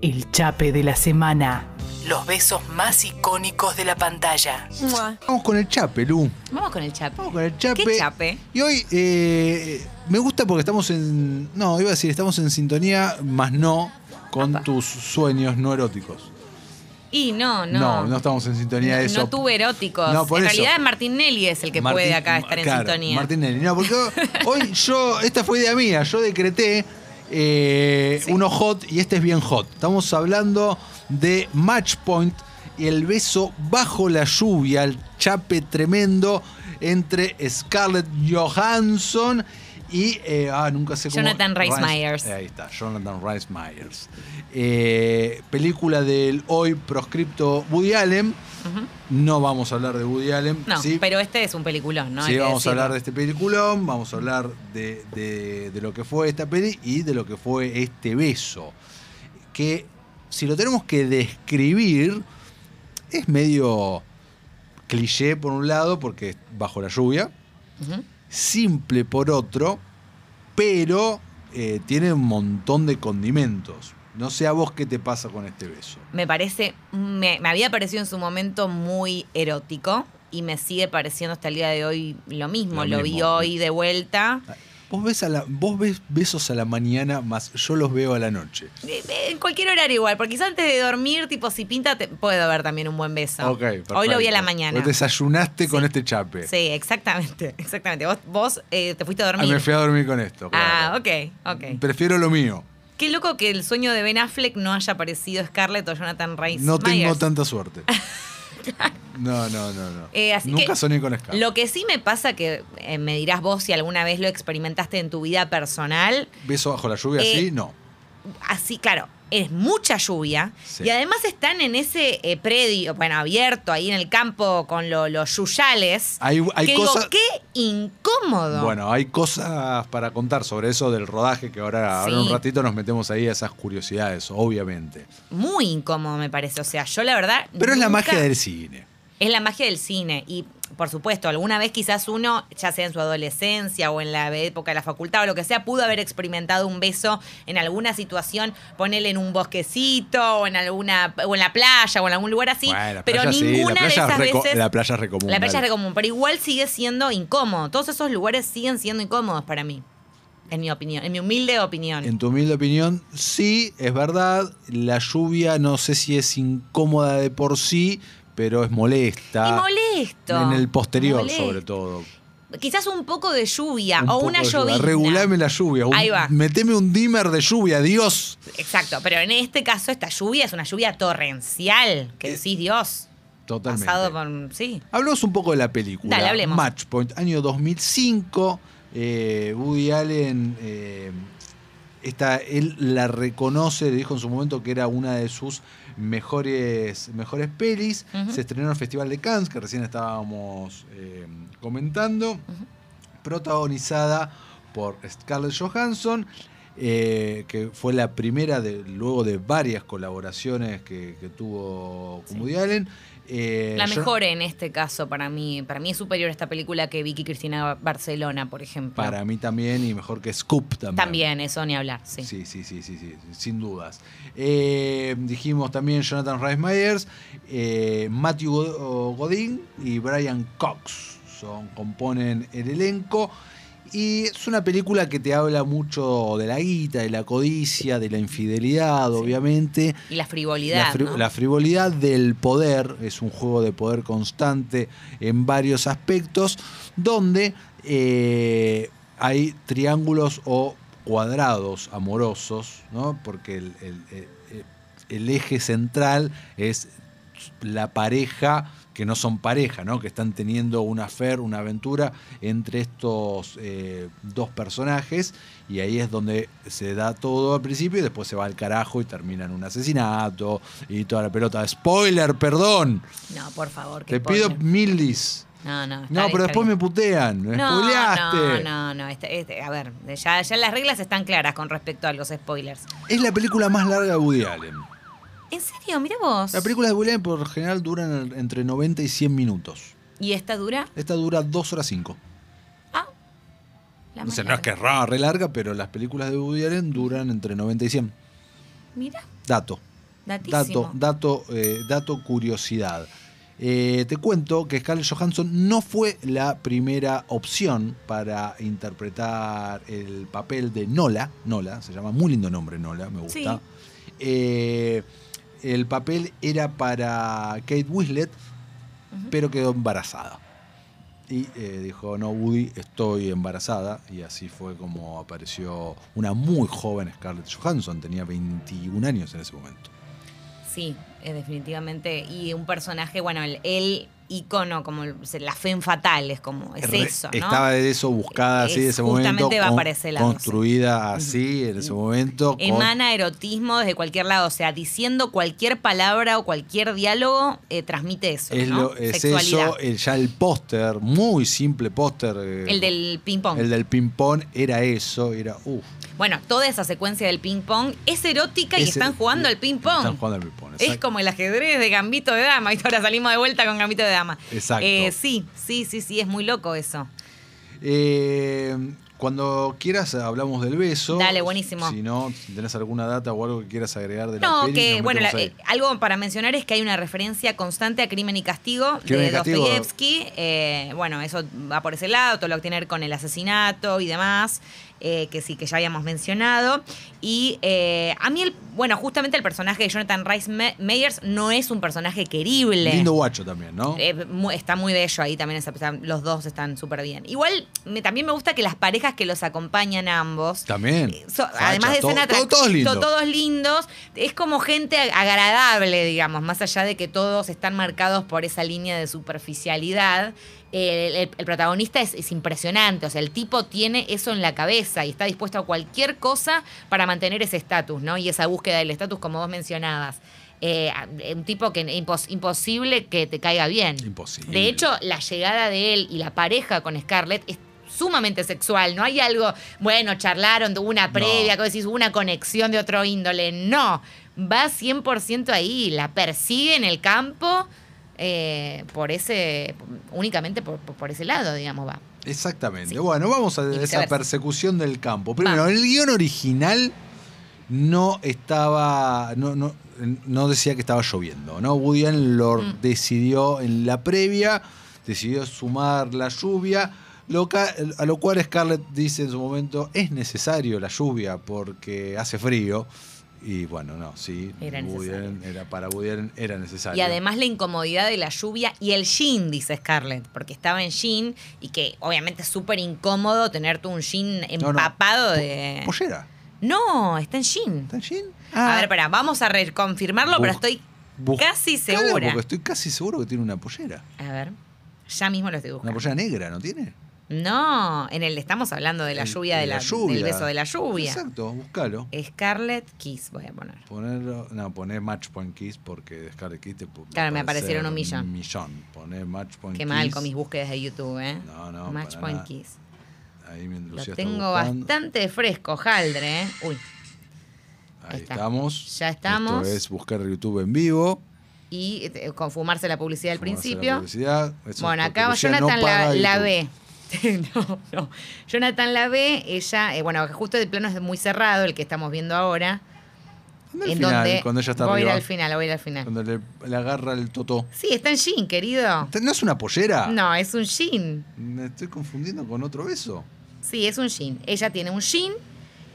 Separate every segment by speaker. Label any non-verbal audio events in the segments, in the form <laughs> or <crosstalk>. Speaker 1: el chape de la semana. Los besos más icónicos de la pantalla.
Speaker 2: Mua.
Speaker 3: Vamos con el chape, Lu.
Speaker 2: Vamos con el chape.
Speaker 3: Vamos con el chape.
Speaker 2: ¿Qué chape?
Speaker 3: Y hoy eh, me gusta porque estamos en. No, iba a decir, estamos en sintonía, más no con
Speaker 2: Apa.
Speaker 3: tus sueños no eróticos.
Speaker 2: Y no, no.
Speaker 3: No, no, estamos en sintonía de eso.
Speaker 2: No tuve eróticos.
Speaker 3: No, por
Speaker 2: en
Speaker 3: eso.
Speaker 2: realidad Martinelli es el que
Speaker 3: Martín-
Speaker 2: puede acá estar en
Speaker 3: claro,
Speaker 2: sintonía.
Speaker 3: Martinelli. No,
Speaker 2: <laughs>
Speaker 3: porque hoy yo, esta fue idea mía, yo decreté eh, uno hot y este es bien hot. Estamos hablando de Match Point y el beso bajo la lluvia, el chape tremendo entre Scarlett Johansson y eh, ah, nunca sé cómo-
Speaker 2: Jonathan Rhys
Speaker 3: Rhys-
Speaker 2: Meyers.
Speaker 3: eh, Ahí está, Jonathan Rice Myers. Eh, película del hoy proscripto Woody Allen. No vamos a hablar de Woody Allen.
Speaker 2: No,
Speaker 3: sí,
Speaker 2: pero este es un peliculón, ¿no? Hay
Speaker 3: sí,
Speaker 2: que
Speaker 3: vamos a
Speaker 2: decirlo.
Speaker 3: hablar de este peliculón, vamos a hablar de, de- de lo que fue esta peli y de lo que fue este beso. Que si lo tenemos que describir, es medio cliché por un lado, porque es bajo la lluvia,
Speaker 2: Ujú.
Speaker 3: simple por otro, pero eh, tiene un montón de condimentos. No sé a vos qué te pasa con este beso.
Speaker 2: Me parece, me, me había parecido en su momento muy erótico y me sigue pareciendo hasta el día de hoy lo mismo.
Speaker 3: Lo
Speaker 2: Lo, vi
Speaker 3: mismo.
Speaker 2: hoy de vuelta.
Speaker 3: Vos ves, a la, vos ves besos a la mañana, más yo los veo a la noche.
Speaker 2: Eh, eh, En cualquier horario igual, porque quizá antes de dormir, tipo, si pinta, te, puede haber también un buen beso.
Speaker 3: Ok, perfecto.
Speaker 2: Hoy lo vi a la mañana.
Speaker 3: Vos desayunaste con este chape.
Speaker 2: Sí, exactamente, <laughs> exactamente. Vos, vos eh, te fuiste a
Speaker 3: Ah,
Speaker 2: dormir.
Speaker 3: me fui a dormir con esto.
Speaker 2: Ah,
Speaker 3: claro.
Speaker 2: ok, ok.
Speaker 3: Prefiero lo mío.
Speaker 2: Qué loco que el sueño de Ben Affleck no haya parecido Scarlett o Jonathan Rhys
Speaker 3: No tengo
Speaker 2: Meyers.
Speaker 3: tanta
Speaker 2: <laughs>
Speaker 3: suerte. No, no, no, no.
Speaker 2: Eh, así
Speaker 3: Nunca
Speaker 2: que
Speaker 3: soné con Scar.
Speaker 2: Lo que sí me pasa, que eh, me dirás vos si alguna vez lo experimentaste en tu vida personal,
Speaker 3: ¿Beso bajo la lluvia
Speaker 2: Eh,
Speaker 3: así? No.
Speaker 2: así, claro, es mucha lluvia
Speaker 3: Sí.
Speaker 2: y además están en ese eh, predio, bueno, abierto ahí en el campo con lo- los yuyales.
Speaker 3: Hay, hay
Speaker 2: que
Speaker 3: cosas.
Speaker 2: digo, qué incómodo.
Speaker 3: Bueno, hay cosas para contar sobre eso del rodaje que ahora, ahora en un
Speaker 2: Sí.
Speaker 3: ratito nos metemos ahí a esas curiosidades, obviamente.
Speaker 2: Muy incómodo me parece. O sea, yo la verdad.
Speaker 3: Pero es la
Speaker 2: nunca-
Speaker 3: magia del cine.
Speaker 2: Es la magia del cine. Y, por supuesto, alguna vez quizás uno, ya sea en su adolescencia o en la época de la facultad o lo que sea, pudo haber experimentado un beso en alguna situación, ponerle en un bosquecito o en alguna o en la playa o en algún lugar así.
Speaker 3: Bueno, la
Speaker 2: pero
Speaker 3: playa sí, la
Speaker 2: ninguna de
Speaker 3: playa
Speaker 2: esas
Speaker 3: reco-
Speaker 2: veces.
Speaker 3: la playa es re común,
Speaker 2: La playa es
Speaker 3: dale.
Speaker 2: re común, pero igual sigue siendo incómodo. Todos esos lugares siguen siendo incómodos para mí. En mi opinión, en mi humilde opinión.
Speaker 3: En tu humilde opinión, sí, es verdad. La lluvia no sé si es incómoda de por sí, pero es molesta.
Speaker 2: y molesto.
Speaker 3: En el posterior,
Speaker 2: Molesto.
Speaker 3: sobre todo.
Speaker 2: Quizás un poco de lluvia
Speaker 3: Un
Speaker 2: o
Speaker 3: poco
Speaker 2: una
Speaker 3: de lluvia.
Speaker 2: llovizna.
Speaker 3: Regulame la lluvia. un-
Speaker 2: Ahí va.
Speaker 3: Meteme un dimmer de lluvia, Dios.
Speaker 2: Exacto, pero en este caso esta lluvia es una lluvia torrencial, que decís Dios.
Speaker 3: Eh, Totalmente.
Speaker 2: Pasado por... Sí.
Speaker 3: Hablemos un poco de la película.
Speaker 2: Dale, hablemos.
Speaker 3: Matchpoint, año 2005. eh, Woody Allen, eh, esta, él la reconoce, le dijo en su momento que era una de sus mejores, mejores pelis.
Speaker 2: Ujú.
Speaker 3: Se estrenó en el Festival de Cannes, que recién estábamos eh, comentando. Protagonizada por Scarlett Johansson. eh, que fue la primera de, luego de varias colaboraciones que, que tuvo con
Speaker 2: Sí.
Speaker 3: Woody Allen. Eh,
Speaker 2: La
Speaker 3: yo-
Speaker 2: mejor en este caso para mí. Para mí es superior esta película que Vicky Cristina Barcelona, por ejemplo.
Speaker 3: Para mí también y mejor que Scoop también.
Speaker 2: También, eso ni hablar, sí.
Speaker 3: Sí, sí, sí, sí, sí, sin dudas. Eh, dijimos también Jonathan Rhys Meyers, eh, Matthew Go- Godin y Brian Cox son, componen el elenco. Y es una película que te habla mucho de la guita, de la codicia, de la infidelidad, obviamente.
Speaker 2: Y la frivolidad.
Speaker 3: La, fri-
Speaker 2: ¿no?
Speaker 3: la frivolidad del poder es un juego de poder constante en varios aspectos, donde eh, hay triángulos o cuadrados amorosos, ¿no? porque el, el- el- el eje central es la pareja que no son pareja, ¿no? que están teniendo una affair, una aventura entre estos eh, dos personajes y ahí es donde se da todo al principio y después se va al carajo y termina en un asesinato y toda la pelota. Spoiler, perdón.
Speaker 2: No, por favor.
Speaker 3: Te
Speaker 2: que
Speaker 3: pido
Speaker 2: pobre.
Speaker 3: mil dis.
Speaker 2: No, no. está
Speaker 3: No,
Speaker 2: bien,
Speaker 3: pero
Speaker 2: está
Speaker 3: después
Speaker 2: bien.
Speaker 3: me putean. Me
Speaker 2: No,
Speaker 3: spoileaste.
Speaker 2: No, no, no. este- este- a ver, ya, ya las reglas están claras con respecto a los spoilers.
Speaker 3: Es la película más larga de Woody Allen.
Speaker 2: ¿En serio? Mira vos.
Speaker 3: Las películas de Woody Allen por lo general duran entre 90 y 100 minutos.
Speaker 2: ¿Y esta dura?
Speaker 3: Esta dura 2 horas 5.
Speaker 2: Ah. La
Speaker 3: O
Speaker 2: más
Speaker 3: sea, no es que
Speaker 2: larga.
Speaker 3: es rara, re larga, pero las películas de Woody Allen duran entre 90 y 100.
Speaker 2: Mira.
Speaker 3: Dato.
Speaker 2: Datísimo.
Speaker 3: Dato, dato, eh, dato curiosidad. Eh, te cuento que Scarlett Johansson no fue la primera opción para interpretar el papel de Nola. Nola, se llama muy lindo nombre Nola, me gusta.
Speaker 2: Sí.
Speaker 3: Eh, el papel era para Kate Winslet, pero quedó embarazada. Y eh, dijo, no, Woody, estoy embarazada. Y así fue como apareció una muy joven Scarlett Johansson. Tenía 21 años en ese momento.
Speaker 2: Sí, eh, definitivamente. Y un personaje, bueno, el, el icono, como el- se- la fe en fatal, es como, es
Speaker 3: Re-
Speaker 2: eso, ¿no?
Speaker 3: Estaba de eso buscada así de
Speaker 2: Es-
Speaker 3: ese
Speaker 2: justamente
Speaker 3: momento.
Speaker 2: va
Speaker 3: con-
Speaker 2: para ese lado,
Speaker 3: construida así en ese momento. con-
Speaker 2: Emana erotismo desde cualquier lado, o sea, diciendo cualquier palabra o cualquier diálogo eh, transmite eso.
Speaker 3: es
Speaker 2: ¿no?
Speaker 3: lo- es
Speaker 2: Sexualidad.
Speaker 3: eso, eh, el- ya el póster, muy simple póster. eh,
Speaker 2: El del ping-pong.
Speaker 3: El del ping-pong era eso, era uff.
Speaker 2: Bueno, toda esa secuencia del ping-pong es erótica y
Speaker 3: Ese-
Speaker 2: están jugando al ping-pong.
Speaker 3: e- Están jugando al ping-pong.
Speaker 2: Es
Speaker 3: exacto.
Speaker 2: como el ajedrez de gambito de dama. <laughs> Y ahora salimos de vuelta con gambito de dama.
Speaker 3: Exacto.
Speaker 2: Eh, sí, sí, sí, sí, es muy loco eso.
Speaker 3: Eh, cuando quieras hablamos del beso.
Speaker 2: Dale, buenísimo.
Speaker 3: Si no, si tenés alguna data o algo que quieras agregar de la
Speaker 2: No,
Speaker 3: peli,
Speaker 2: que
Speaker 3: nos
Speaker 2: bueno, la-
Speaker 3: metemos ahí.
Speaker 2: eh, algo para mencionar es que hay una referencia constante a Crimen y Castigo
Speaker 3: Crimen y
Speaker 2: de
Speaker 3: Castigo.
Speaker 2: Dostoyevsky. Eh, bueno, eso va por ese lado, todo lo que tiene que ver con el asesinato y demás, eh, que sí, que ya habíamos mencionado. Y eh, a mí, el, bueno, justamente el personaje de Jonathan Rice Me- Meyers no es un personaje querible.
Speaker 3: Lindo guacho también, ¿no?
Speaker 2: Eh, mu- está muy bello ahí también, esa- están- los dos están súper bien. Igual, me- también me gusta que las parejas que los acompañan a ambos,
Speaker 3: también.
Speaker 2: So-
Speaker 3: Facha,
Speaker 2: además de
Speaker 3: todo-
Speaker 2: ser
Speaker 3: todo-
Speaker 2: atrac-
Speaker 3: todos lindos.
Speaker 2: to- todos lindos, es como gente ag- agradable, digamos, más allá de que todos están marcados por esa línea de superficialidad. El, el- el protagonista es, es impresionante, o sea, el tipo tiene eso en la cabeza y está dispuesto a cualquier cosa para mantener ese estatus, ¿no? Y esa búsqueda del estatus, como vos mencionabas. Eh, a- un tipo que impos- imposible que te caiga bien.
Speaker 3: Imposible.
Speaker 2: De hecho, la llegada de él y la pareja con Scarlett es sumamente sexual. No hay algo, bueno, charlaron, tuvo una previa,
Speaker 3: No.
Speaker 2: como decís, hubo una conexión de otro índole. No, va 100% ahí, la persigue en el campo eh, por ese, únicamente por, por- por ese lado, digamos, va.
Speaker 3: Exactamente.
Speaker 2: Sí.
Speaker 3: Bueno, vamos a
Speaker 2: Y
Speaker 3: esa
Speaker 2: viceversa.
Speaker 3: persecución del campo. Primero,
Speaker 2: Vamos.
Speaker 3: el guión original no estaba. No, no, no decía que estaba lloviendo, ¿no? Woody Allen lo
Speaker 2: Mm.
Speaker 3: decidió en la previa, decidió sumar la lluvia. lo ca- a lo cual Scarlett dice en su momento, es necesario la lluvia porque hace frío. Y bueno, no, sí,
Speaker 2: Era
Speaker 3: Woody
Speaker 2: necesario.
Speaker 3: Allen era, para Woody Allen era necesario.
Speaker 2: Y además la incomodidad de la lluvia y el jean, dice Scarlett, porque estaba en jean y que obviamente es súper incómodo tener tú un jean
Speaker 3: No, no.
Speaker 2: empapado
Speaker 3: Po-
Speaker 2: de...
Speaker 3: ¿Pollera?
Speaker 2: No, está en jean.
Speaker 3: ¿Está en jean?
Speaker 2: eh, A ver, pará, vamos a reconfirmarlo, pero
Speaker 3: Ah. Bus-
Speaker 2: estoy
Speaker 3: Buscala,
Speaker 2: casi segura.
Speaker 3: Porque estoy casi seguro que tiene una pollera.
Speaker 2: A ver, ya mismo lo estoy
Speaker 3: Una
Speaker 2: buscando.
Speaker 3: pollera negra, ¿no tiene?
Speaker 2: No, en el estamos hablando de la
Speaker 3: El-
Speaker 2: lluvia, de la, del beso de la lluvia.
Speaker 3: Exacto, búscalo.
Speaker 2: Scarlet Kiss, voy a poner.
Speaker 3: Ponerlo, no, poner Match Point Kiss porque descarga Kiss te pu- va
Speaker 2: Claro, me
Speaker 3: a aparecer
Speaker 2: aparecieron un millón.
Speaker 3: millón. Poner Match Point
Speaker 2: Qué
Speaker 3: Kiss.
Speaker 2: mal con mis búsquedas de YouTube, ¿eh?
Speaker 3: No, no,
Speaker 2: Match
Speaker 3: para
Speaker 2: Point
Speaker 3: nada.
Speaker 2: Kiss.
Speaker 3: Ahí mientras
Speaker 2: Lo
Speaker 3: Lucía está
Speaker 2: tengo
Speaker 3: buscando.
Speaker 2: bastante fresco, Jaldre, ¿eh? Uy.
Speaker 3: Ahí
Speaker 2: Ahí está.
Speaker 3: estamos.
Speaker 2: Ya estamos.
Speaker 3: Esto es buscar YouTube en vivo.
Speaker 2: Y eh, con fumarse la publicidad al
Speaker 3: Vamos a hacer la
Speaker 2: principio.
Speaker 3: publicidad. Eso
Speaker 2: Bueno,
Speaker 3: es porque
Speaker 2: acá
Speaker 3: Lucía no
Speaker 2: Jonathan la,
Speaker 3: paga
Speaker 2: la
Speaker 3: YouTube.
Speaker 2: ve. <laughs> no, no. Jonathan la ve, ella, eh, bueno, justo el plano es muy cerrado, el que estamos viendo ahora.
Speaker 3: Anda al
Speaker 2: en
Speaker 3: final,
Speaker 2: donde
Speaker 3: cuando ella está
Speaker 2: voy
Speaker 3: arriba.
Speaker 2: a ir al final, voy a ir al final.
Speaker 3: Cuando le, le agarra el totó.
Speaker 2: Sí, está en jean, querido.
Speaker 3: ¿No es una pollera?
Speaker 2: No, es un jean.
Speaker 3: Me estoy confundiendo con otro beso.
Speaker 2: Sí, es un jean. Ella tiene un jean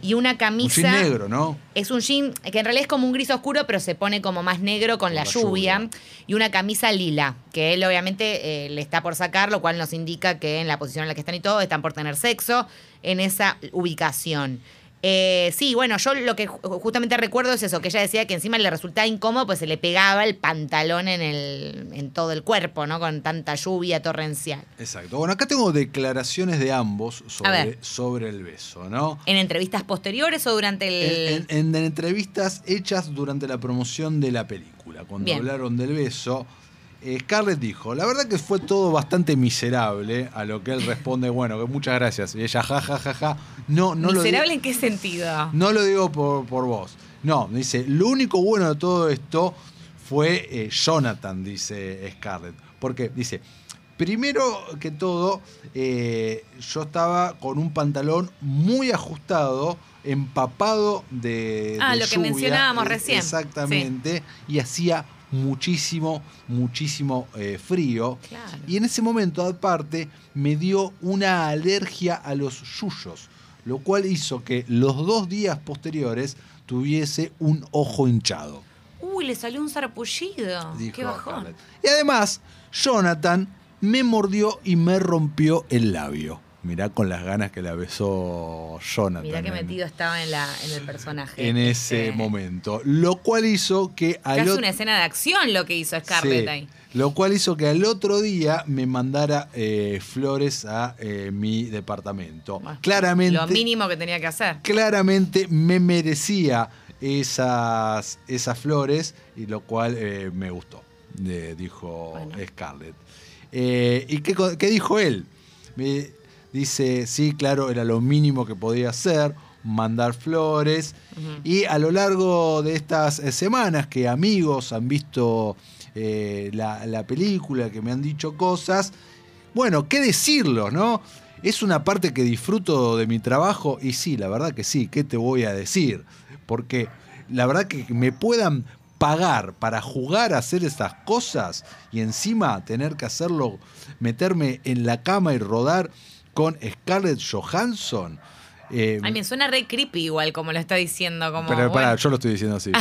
Speaker 2: y una
Speaker 3: Un
Speaker 2: camisa.
Speaker 3: jean negro, ¿no?
Speaker 2: Es un jean que en realidad es como un gris oscuro, pero se pone como más negro con, la, lluvia. Y una camisa lila, que él obviamente eh, le está por sacar, lo cual nos indica que en la posición en la que están y todo, están por tener sexo en esa ubicación. Eh, sí, bueno, yo lo que ju- justamente recuerdo es eso, que ella decía que encima le resultaba incómodo, pues se le pegaba el pantalón en, el, en todo el cuerpo, ¿no? Con tanta lluvia torrencial.
Speaker 3: Exacto. Bueno, acá tengo declaraciones de ambos sobre,
Speaker 2: ver.
Speaker 3: sobre el beso, ¿no?
Speaker 2: ¿En entrevistas posteriores o durante el...?
Speaker 3: En, en- en entrevistas hechas durante la promoción de la película, cuando
Speaker 2: Bien.
Speaker 3: hablaron del beso, eh, Scarlett dijo, la verdad que fue todo bastante miserable, a lo que él responde, bueno, que muchas gracias. Y ella, ja, ja, ja, ja. No, no lo
Speaker 2: ¿Miserable
Speaker 3: digo-
Speaker 2: en qué sentido?
Speaker 3: No lo digo por, por vos. No, dice, lo único bueno de todo esto fue eh, Jonathan, dice Scarlett. Porque dice, primero que todo, eh, yo estaba con un pantalón muy ajustado empapado de,
Speaker 2: Ah,
Speaker 3: de
Speaker 2: lo que
Speaker 3: lluvia,
Speaker 2: mencionábamos
Speaker 3: eh,
Speaker 2: recién.
Speaker 3: Exactamente. Y hacía muchísimo, muchísimo eh, frío.
Speaker 2: Claro.
Speaker 3: Y en ese momento, aparte, me dio una alergia a los yuyos, lo cual hizo que los dos días posteriores tuviese un ojo hinchado.
Speaker 2: Uy, le salió un sarpullido.
Speaker 3: dijo
Speaker 2: Oh, Qué bajón.
Speaker 3: Hamlet. Y además, Jonathan me mordió y me rompió el labio. Mirá con las ganas que la besó Jonathan.
Speaker 2: Mirá que
Speaker 3: en-
Speaker 2: metido estaba en, la, en el personaje.
Speaker 3: En ese
Speaker 2: Este,
Speaker 3: momento. Lo cual hizo que al
Speaker 2: Casi
Speaker 3: ot-
Speaker 2: una escena de acción lo que hizo Scarlett
Speaker 3: Sí.
Speaker 2: ahí.
Speaker 3: Lo cual hizo que al otro día me mandara eh, flores a eh, mi departamento.
Speaker 2: Bueno,
Speaker 3: claramente,
Speaker 2: Lo mínimo que tenía que hacer.
Speaker 3: claramente me merecía esas, esas flores, y lo cual eh, me gustó, de- dijo
Speaker 2: Bueno.
Speaker 3: Scarlett. Eh, ¿Y qué, co- qué dijo él? Me dice, sí, claro, era lo mínimo que podía hacer, mandar flores. Y a lo largo de estas eh, semanas que amigos han visto eh, la, la película, que me han dicho cosas, bueno, qué decirlo, ¿no? Es una parte que disfruto de mi trabajo y sí, la verdad que sí, ¿qué te voy a decir? Porque la verdad que me puedan pagar para jugar a hacer esas cosas y encima tener que hacerlo, meterme en la cama y rodar con Scarlett Johansson. eh,
Speaker 2: Ay, me suena re creepy igual como lo está diciendo. Como,
Speaker 3: pero pará,
Speaker 2: bueno,
Speaker 3: yo lo estoy diciendo
Speaker 2: <laughs>
Speaker 3: así.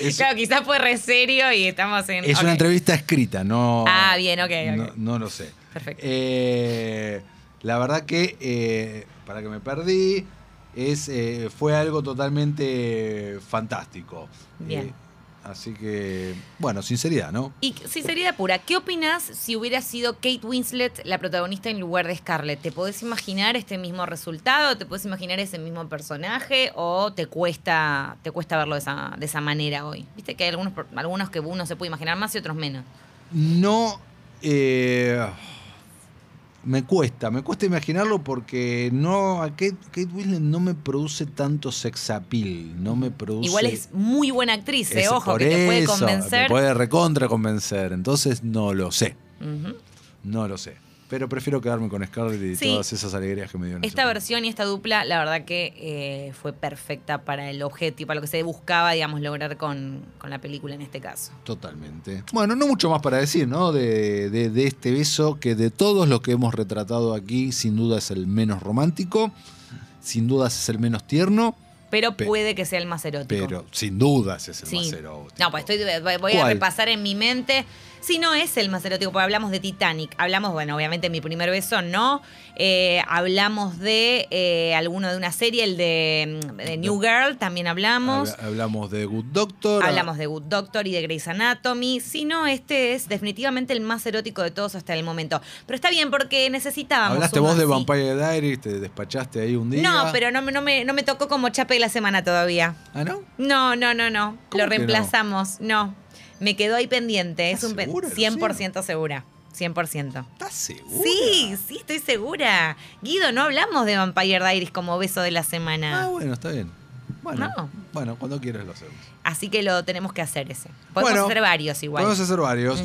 Speaker 3: es
Speaker 2: Claro, quizás fue re serio y estamos en.
Speaker 3: es una
Speaker 2: ok.
Speaker 3: entrevista escrita, no.
Speaker 2: Ah, bien, ok, ok.
Speaker 3: No, no lo sé.
Speaker 2: Perfecto.
Speaker 3: Eh, la verdad que, eh, para que me perdí, es, eh, fue algo totalmente fantástico.
Speaker 2: Bien.
Speaker 3: Eh, así que, bueno, sinceridad, ¿no?
Speaker 2: Y sinceridad pura, ¿qué opinás si hubiera sido Kate Winslet la protagonista en lugar de Scarlett? ¿Te podés imaginar este mismo resultado? ¿Te podés imaginar ese mismo personaje? ¿O te cuesta, te cuesta verlo de esa, de esa manera hoy? Viste que hay algunos, per- algunos que uno se puede imaginar más y otros menos.
Speaker 3: No. eh, me cuesta, me cuesta imaginarlo porque no. A Kate, Kate Winslet no me produce tanto sex appeal. No me produce.
Speaker 2: Igual es muy buena actriz, eh,
Speaker 3: Ese-
Speaker 2: ojo,
Speaker 3: Uh, por
Speaker 2: que te puede
Speaker 3: eso,
Speaker 2: convencer.
Speaker 3: Me puede recontra convencer. Entonces no lo sé.
Speaker 2: Ujú.
Speaker 3: No lo sé. Pero prefiero quedarme con Scarlett y
Speaker 2: Sí.
Speaker 3: todas esas alegrías que me dio. en ese
Speaker 2: Esta
Speaker 3: momento.
Speaker 2: versión y esta dupla, la verdad que eh, fue perfecta para el objetivo, para lo que se buscaba, digamos, lograr con, con la película en este caso.
Speaker 3: Totalmente. Bueno, no mucho más para decir, ¿no? De, de- de este beso que de todos los que hemos retratado aquí, sin duda es el menos romántico, sin dudas es el menos tierno,
Speaker 2: Pero
Speaker 3: Pe-
Speaker 2: puede que sea el más erótico.
Speaker 3: pero sin dudas es el
Speaker 2: Sí.
Speaker 3: más erótico.
Speaker 2: No, pues estoy, voy- voy a
Speaker 3: ¿Cuál?
Speaker 2: repasar en mi mente. Si no es el más erótico, porque hablamos de Titanic. Hablamos, bueno, obviamente mi primer beso, ¿no? Eh, hablamos de eh, alguno de una serie, el de, mm, de New Girl, también hablamos.
Speaker 3: Habla- Hablamos de Good Doctor.
Speaker 2: Hablamos de Good Doctor y de Grey's Anatomy. Si no, este es definitivamente el más erótico de todos hasta el momento. Pero está bien porque necesitábamos.
Speaker 3: Hablaste
Speaker 2: uno
Speaker 3: vos de
Speaker 2: así.
Speaker 3: Vampire Diaries, te despachaste ahí un día.
Speaker 2: No, pero no, me- no me, no me tocó como chape de la semana todavía.
Speaker 3: Ah, ¿no?
Speaker 2: No, no, no, no.
Speaker 3: ¿Cómo
Speaker 2: Lo
Speaker 3: que no?
Speaker 2: reemplazamos. No? Me quedó ahí pendiente. Es
Speaker 3: ¿Estás
Speaker 2: un pe-
Speaker 3: segura,
Speaker 2: 100% segura. 100%.
Speaker 3: ¿Estás seguro?
Speaker 2: Sí, sí, estoy segura. Guido, no hablamos de Vampire Diaries como beso de la semana.
Speaker 3: Ah, bueno, está bien. Bueno,
Speaker 2: No.
Speaker 3: bueno cuando quieras lo hacemos.
Speaker 2: Así que lo tenemos que hacer ese. Podemos
Speaker 3: Bueno,
Speaker 2: hacer varios igual.
Speaker 3: Podemos hacer varios.